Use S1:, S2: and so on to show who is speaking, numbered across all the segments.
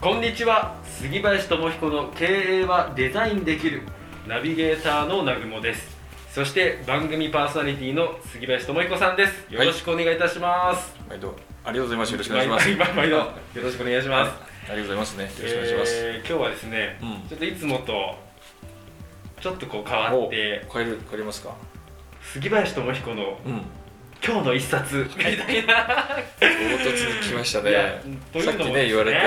S1: こんにちは杉林智彦の経営はデザインできるナビゲーターの南雲ですそして番組パーソナリティの杉林智彦さんですよろしくお願いいたします、
S2: 毎度ありがとうございます。よろしくお願いします。
S1: 毎毎毎度よろしくお願いします、
S2: ありがとうございますね。よろしくお願いします。
S1: えー今日はですね、
S2: うん
S1: ちょっといつもとちょっとこう変わって
S2: お変える変えれますか。
S1: 杉林智彦の
S2: うん。
S1: 今日の一冊みたいな、
S2: 唐突に来ました
S1: いや
S2: ね。
S1: という
S2: さ
S1: の
S2: っ
S1: も
S2: きね言われて、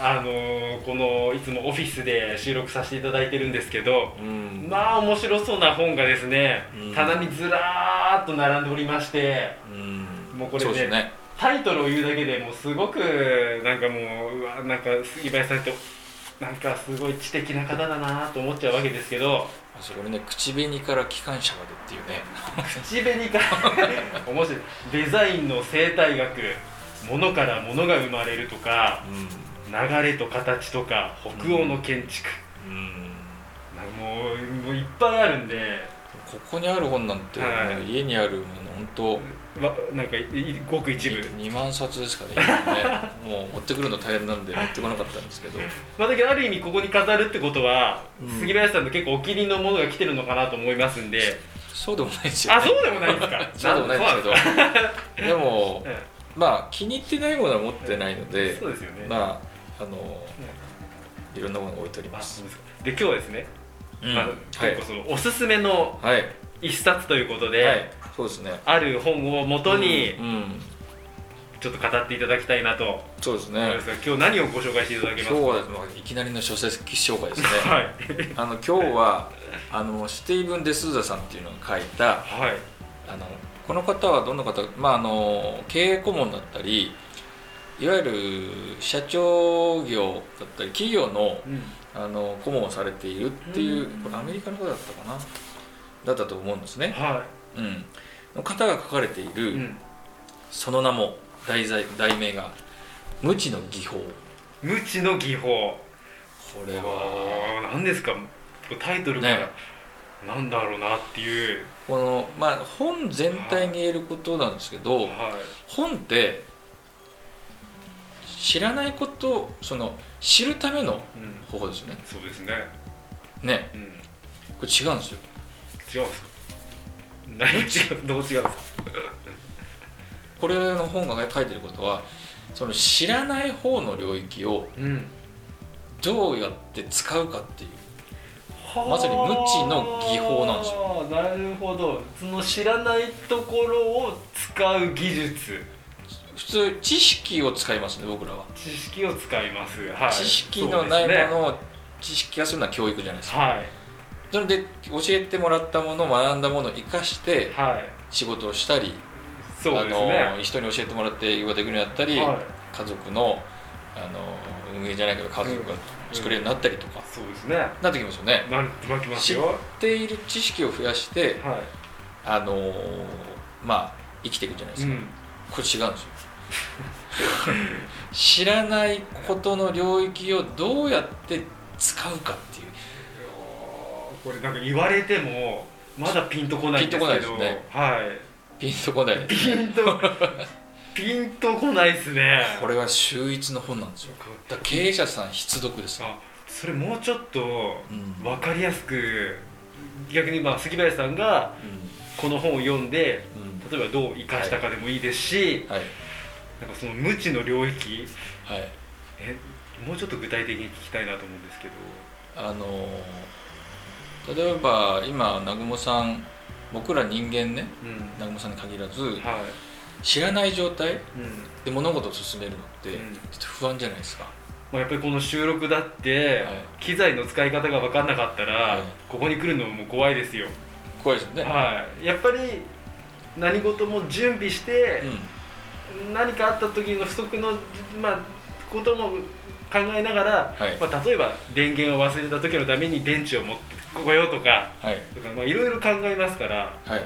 S1: あのーこのいつもオフィスで収録させていただいてるんですけど、
S2: うん。
S1: まあ面白そうな本がですね、
S2: うん
S1: 棚にずらーっと並んでおりまして
S2: うん。
S1: もうこれね
S2: そうですね。
S1: タイトルを言うだけでもうすごくなんかもううわなんか杉林さんってなんかすごい知的な方だなと思っちゃうわけですけど
S2: あそこにね口紅から機関車までっていうね。
S1: 口紅か 面白いデザインの生態学物から物が生まれるとか流れと形とか北欧の建築、
S2: うん。うん。
S1: なんかもうもういっぱいあるんで
S2: ここにある本なんて、
S1: はい
S2: もう家にあるもの本当。
S1: わなんかいいごく一部
S2: 2万冊ですかね今ねもう持ってくるの大変なんで持ってこなかったんですけど
S1: まあ、だけどある意味ここに飾るってことは、
S2: うん
S1: 杉林さんの結構お気に入りのものが来てるのかなと思いますんで
S2: そうでもないですよ、
S1: あ
S2: ね、
S1: そうでもないんですか
S2: そうでもないですけ
S1: そう
S2: どでも
S1: なんです
S2: まあ気に入ってないものは持ってないの
S1: え
S2: で
S1: えそうですよね、
S2: まああのいろんなものを置いておりま
S1: あ
S2: す
S1: そう。ですかで今日はですね、
S2: うん
S1: ま
S2: は
S1: あ
S2: い、
S1: 結構そのおすすめの
S2: はい
S1: 一冊ということで、
S2: はいそうですね。
S1: ある本を元に
S2: うんうん
S1: ちょっと語っていただきたいなと
S2: そうです
S1: 思い
S2: ね
S1: ます。が、今日何をご紹介していただけ
S2: 今
S1: ま
S2: 日
S1: すか。
S2: はまあいきなりの小説紹介ですね
S1: はい
S2: あの今日はあのスティーブン・デスーザさんっていうのが書いた
S1: はい
S2: あのこの方はどんな方まああの経営顧問だったり。いわゆる社長業だったり企業の
S1: うん
S2: あの顧問をされているっていう
S1: うん
S2: これアメリカの方だったかなだったと思うんですね、
S1: は
S2: うん、の方が書かれてい
S1: い、
S2: る、
S1: うん、
S2: その名も題材題名が「無知の技法」こ
S1: 無知の技法
S2: れは
S1: あー何ですかタイトルから、
S2: ね
S1: なんだろうなっていう、
S2: このまあ本全体に言えることなんですけど
S1: は
S2: 本って知らないことその知るため
S1: いう
S2: の
S1: ん、
S2: 方法ですよね
S1: そうですね、
S2: ね
S1: うん、違うん
S2: これ違うんですよ
S1: ですか何違うどう違うんです
S2: これの本が書いてることはその知らない方の領域を
S1: うん
S2: どうやって使うかっていう
S1: ま
S2: まさに無知の技法なんです
S1: よなるほどその知らないところを使う技術
S2: 普通知識を使いますね僕らは、
S1: 知識を使います、はい、
S2: 知識のないも
S1: の、
S2: のを知識化するのは教育じゃないですか
S1: は
S2: なので教えてもらったもの学んだものを生かし
S1: い
S2: て
S1: はい
S2: 仕事をしたり、
S1: そうですね
S2: の人に教えてもらって英語ができるようになったり、
S1: はい
S2: 家族のあの運営じゃないけど家族が作れるようになったりとか、
S1: そうですね
S2: なってきますよね
S1: なんて巻きます
S2: 知っ
S1: よは
S2: ている知識を増やしてあのーまあ生きていくじゃないで
S1: い、う
S2: す
S1: ん、
S2: か、これ違うんですよ 知らないことの領域をどうやって使うかっていう
S1: いやーこれなんか言われてもまだピンとこないんですけど
S2: ピンとこないですね
S1: は
S2: ピンとこない
S1: いピンとピンとこないですね
S2: これは秀逸の本なんですよだから経営者さん必読です、
S1: あそれもうちょっと
S2: うん
S1: 分かりやすく逆にまあ杉林さんがこの本を読んで
S2: うんうん
S1: 例えばどう生かしたかでもいいですし、
S2: はい
S1: なんかその無知の領域
S2: はい
S1: えもうちょっと具体的に聞きたいなと思うんですけど
S2: あのー例えば今南雲さん僕ら人間ね
S1: うん
S2: 南雲さんに限らず
S1: は
S2: 知らない状
S1: い、
S2: 態
S1: うん
S2: で物事を進めるのってちょ
S1: うん
S2: っと不安じゃないですか、
S1: まあ、やっぱりこの収録だって、
S2: はい
S1: 機材の使い方が分かんなかったら、
S2: はい
S1: ここに来るのも怖いですよ、
S2: 怖いですよね、
S1: はい、やっぱり何事も準備して、何かあった時の不足の、まあ、ことも考えながら、
S2: はい
S1: まあ、例えば電源を忘れた時のために電池を持ってこようとか
S2: はい
S1: とかまあいろいろ考えますから
S2: はい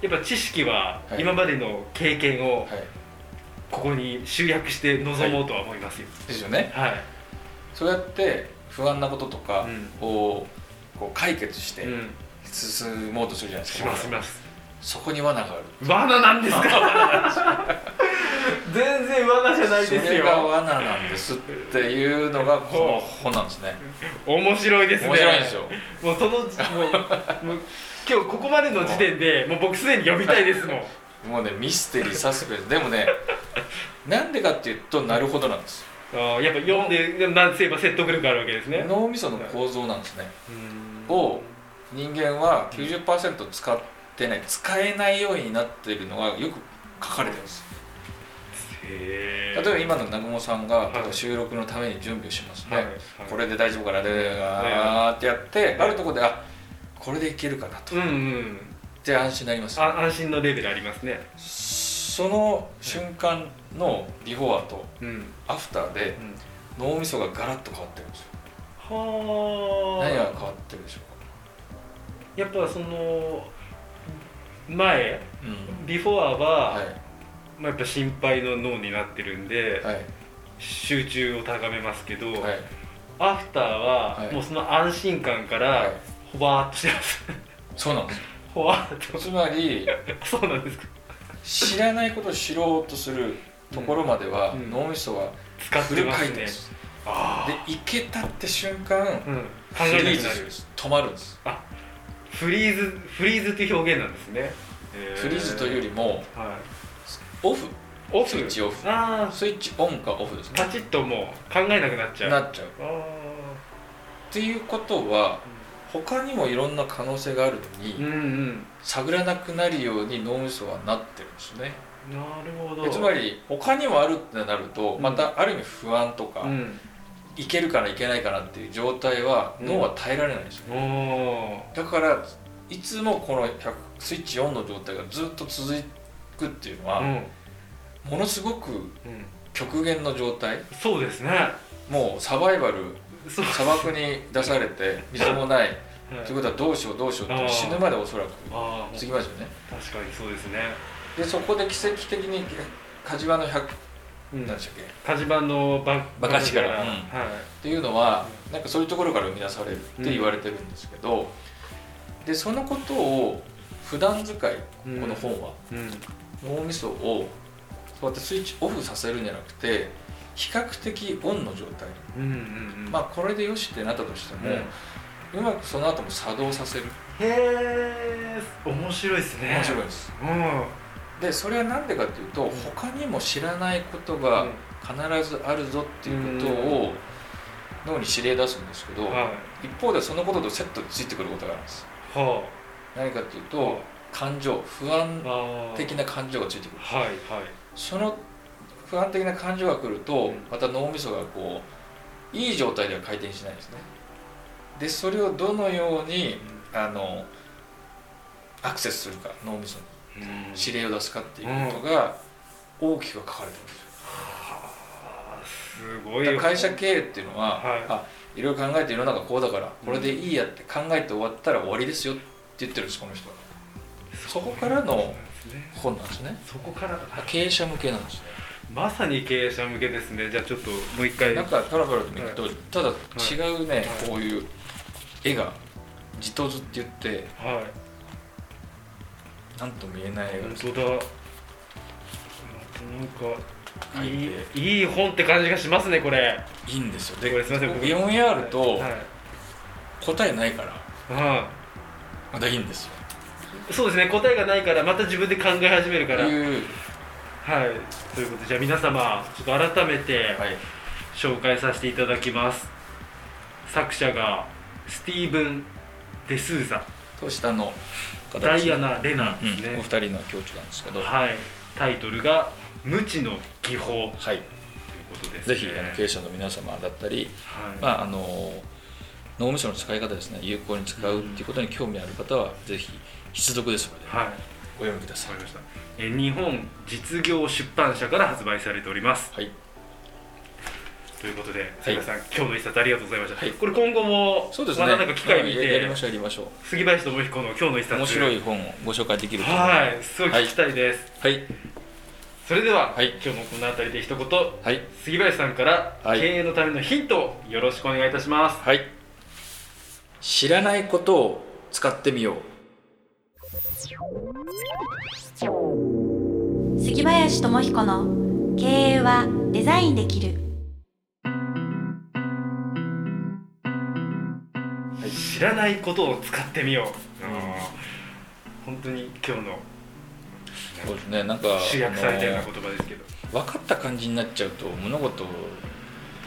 S1: やっぱ知識は
S2: はい
S1: 今までの経験を
S2: はい
S1: ここに集約して臨もうとは思いますよ。
S2: ですよね
S1: はい、
S2: そうやって不安なこととか
S1: うん
S2: をこう解決して
S1: うん、
S2: 進もうとするじゃないです
S1: し
S2: か、
S1: ますします。
S2: そこに罠がある
S1: 罠なんですか。 全然罠じゃないです
S2: それが
S1: よ。
S2: 罠なんですっていうのがこの本なんですね
S1: 面白いですね。
S2: 面白いんですよ
S1: もうそのもうもう今日ここまでの時点でもう僕すでに呼びたいです もん。
S2: もうねミステリーサスペンスでもね なんでかっていうとなるほどなんです
S1: あーやっぱ読んででもなんせ言えば説得力あるわけですね。
S2: 脳みその構造なんですね
S1: うん
S2: を人間は90%使ってない使えないようになってるのがよく書かれてるんです
S1: へ
S2: 例
S1: ー
S2: えば今の南雲さんが
S1: はい
S2: 収録のために準備をしますね、
S1: はいはい
S2: これで大丈夫かなで
S1: は
S2: ーってやって、あるところであこれでいけるかなと、
S1: うんうん
S2: で安心になります
S1: あ安心のレベルありますね。
S2: その瞬間のビフォーと
S1: うん
S2: アフターで
S1: うん
S2: 脳みそがガラッと変わってるんですよ
S1: はあ。
S2: 何が変わってるでしょ
S1: やっぱその前
S2: うか、うん、
S1: ビフォアは、
S2: はい
S1: まあやっぱ心配の脳になってるんで、
S2: はい
S1: 集中を高めますけど、
S2: はい
S1: アフターは、
S2: はい
S1: もうその安心感から、
S2: はい
S1: ほわーっとしてます。
S2: そうなんです
S1: ほわーっと。
S2: つまり
S1: そうなんですか。
S2: 知らないことを知ろうとするところまでは、
S1: うん
S2: 脳みそは
S1: 使っ
S2: フ
S1: て
S2: ル
S1: ま
S2: 回
S1: す
S2: 転
S1: ね
S2: で。す
S1: ああ。
S2: でいけたって瞬間
S1: うん。考
S2: フ
S1: え
S2: リ
S1: な
S2: ー
S1: くなる
S2: ズ。止まるんです
S1: フリーズ、フリーズっていう表現なんですね。へ
S2: フリーズというよ。りも
S1: はい。
S2: オフ
S1: オフ。
S2: スイッチオフ
S1: あ
S2: スイッチオンかオフです
S1: あ。
S2: ね
S1: パチッともう考えなくなっちゃう。
S2: な
S1: あ
S2: っちゃうっ
S1: あー。
S2: ていうことは他にもいろんな可能性があるのに、
S1: うんうん。
S2: 探らなくなるように脳みそはなってるんですね
S1: なるほ
S2: で
S1: ど。
S2: つまり他にもあるってなると
S1: うん
S2: またある意味不安とか、
S1: うん。
S2: いけるかないけないかなっていう状態は
S1: うん
S2: 脳は耐えられないんですよ、
S1: おお。
S2: だからいつもこの100スイッチオンの状態がずっと続くっていうのは、
S1: うん。
S2: ものすごく
S1: うん。
S2: 極限の状態
S1: そうですね。
S2: もうサバイバル
S1: そう。
S2: 砂漠に出されて水もない
S1: はい
S2: ということはどうしようどうしようっ
S1: あー
S2: て死ぬまでおそらく
S1: ああ。
S2: 続きますよね
S1: 確かにそうですね。
S2: でそこで奇跡的に梶場の100
S1: うん
S2: 何でしたっけっ
S1: 火事場のバ
S2: バカ力
S1: バカ
S2: うん
S1: は
S2: ていうのはなんかそういうところから生み出されるって言われてるんですけどでそのことを普段使いこ
S1: うん
S2: の本は、
S1: い。うん。
S2: 脳みそをそうやってスイッチオフさせるんじゃなくて比較的オンの状態、
S1: うんうんうん。
S2: まあこれでよしってなったとしても、うまくその後も作動させる
S1: へえ面白いですね
S2: 面白いですでそれは何でかっていうと他にも知らないことが必ずあるぞっていうことを脳に指令出すんですけど
S1: うんはい
S2: 一方でそのこととセットでついてくることがあるんです
S1: は
S2: 何かっていう
S1: あ
S2: と感情不安
S1: あー
S2: 的な感情がついてくる
S1: はいはい
S2: その不安的な感情が来ると
S1: うん
S2: また脳みそがこういい状態では回転しないんですねでそれをどのようにあのアクセスするか脳みそに
S1: うん
S2: 指令を出すかっていうことが大きく書かれてるんですよ
S1: はあすごい
S2: だか
S1: よ
S2: ら会社経営っていうのは、
S1: はい
S2: あいろいろ考えて世の中こうだからこれでいいやって考えて終わったら終わりですよって言ってるんですこの人はそこからの本なんですね
S1: そこから
S2: 経営者向けなんですね
S1: まさに経営者向けですねじゃあちょっともう一回
S2: なんかパラパラと見ると、ただ違うね、
S1: い
S2: こういう絵が地図って言って
S1: はい
S2: 何とも言えない絵が
S1: 本当だなんかいい
S2: 書い
S1: いい本って感じがしますねこれ
S2: いいんですよで
S1: これすいません僕
S2: 4AR と
S1: はい
S2: 答えないから
S1: は
S2: まだいいんですよ
S1: いそうですね答えがないからまた自分で考え始めるか
S2: と
S1: ら
S2: いう、
S1: はい、ということでじゃあ皆様ちょっと改めて
S2: はい、
S1: 紹介させていただきます作者がスティーブン・デスーザ
S2: と下の方
S1: ダ
S2: です
S1: イ
S2: ね
S1: アナ・レナです
S2: うんお
S1: ね
S2: 二、人の共著なんですけどは
S1: はい、タイトルが「無知の技法」と
S2: い
S1: いうことです、
S2: ぜ
S1: ね、
S2: ひあの経営者の皆様だったり、
S1: はい
S2: まあ、あの脳みその使い方ですね有効に使うっていうことに興味ある方はぜひ必読ですので
S1: はい、わか
S2: お読みください
S1: りましたえ日本実業出版社から発売されております
S2: はい
S1: ということで杉林さん、今日の一冊ありがとうございました、
S2: はい
S1: これ今後も
S2: そうですね
S1: またなんか機会見
S2: うんややり
S1: て
S2: ましょうやりましょ
S1: 杉林智彦の今日の一
S2: う
S1: 冊
S2: 面白い本をご紹介できると思います
S1: はいすごい聞きたいです、
S2: はい
S1: それでは、
S2: はい
S1: 今日もこの辺りで一言
S2: はい
S1: 杉林さんから、
S2: はい
S1: 経営のためのヒントをよろしくお願いいたします
S2: はい知らないことを使ってみよう
S3: 杉林智彦の経営はデザインできる
S1: 知らないことを使ってみよう、あー本当に今日の
S2: そうですねなんか
S1: 集約されたような
S2: あ
S1: 言葉ですけど
S2: の分かった感じになっちゃうと物事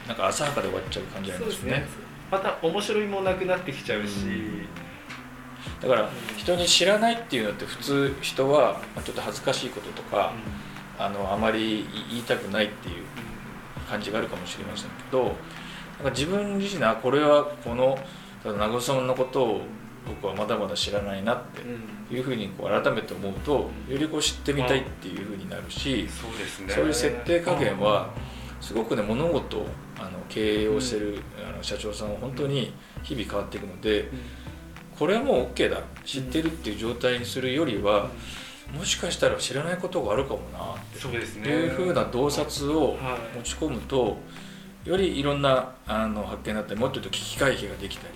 S2: なんか浅はかで終わっちゃう感じあり
S1: そう
S2: ま
S1: ですす
S2: ね
S1: ねまた面白いもなくなってきちゃうし、
S2: うんだから人に知らないっていうのって普通人はまあちょっと恥ずかしいこととか、あのあまり言いたくないっていう感じがあるかもしれませんけどなんか自分自身のあこれはこの名護さんのことを僕はまだまだ知らないなっ
S1: うんうん
S2: ていうふうにこう改めて思うとよりこう知ってみたいっていうふうになるし
S1: そうですね
S2: そういう設定加減はすごくね物事をあの経営をしてるあの社長さんは本当に日々変わっていくので
S1: うん
S2: これはもう OK だ知ってるっていう状態にするよりはもしかしたら知らないことがあるかもな
S1: そうですね
S2: というふうな洞察を
S1: はい
S2: 持ち込むとよりいろんなあの発見だったりもっと言うと危機回避ができたり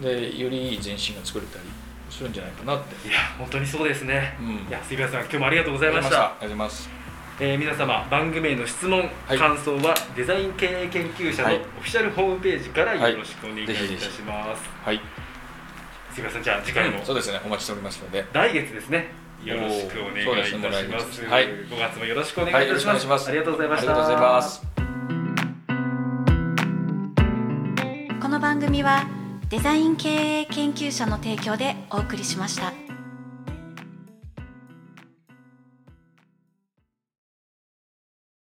S1: うん
S2: でよりいい前進が作れたりするんじゃないかなって、
S1: いや本当にそうですね
S2: うん、
S1: いや杉林さん今日もありがとうござ
S2: あ
S1: い
S2: りがとうござい
S1: ま
S2: ま
S1: し
S2: したたありがとうございます
S1: えー皆様番組への質問、
S2: はい
S1: 感想はデザイン経営研究者の
S2: はい
S1: オフィシャルホームページからよろしくお願いいたします、
S2: はい
S1: すいませんじゃあ次回も
S2: そうですねお待ちしておりますので
S1: 来月ですねよろしくお願いいたし
S2: お
S1: ま
S2: ーそうですねもう来
S1: す
S2: 月ですはい
S1: 5月もよろしくお
S2: は
S1: 願い
S2: い
S1: い
S2: よ
S1: た
S2: ろし
S1: し
S2: くお願
S1: ま
S2: いし
S1: す,、
S2: ます
S1: ありがとうございました
S2: ありがとうございます
S3: この番組はデザイン経営研究者の提供でお送りしました。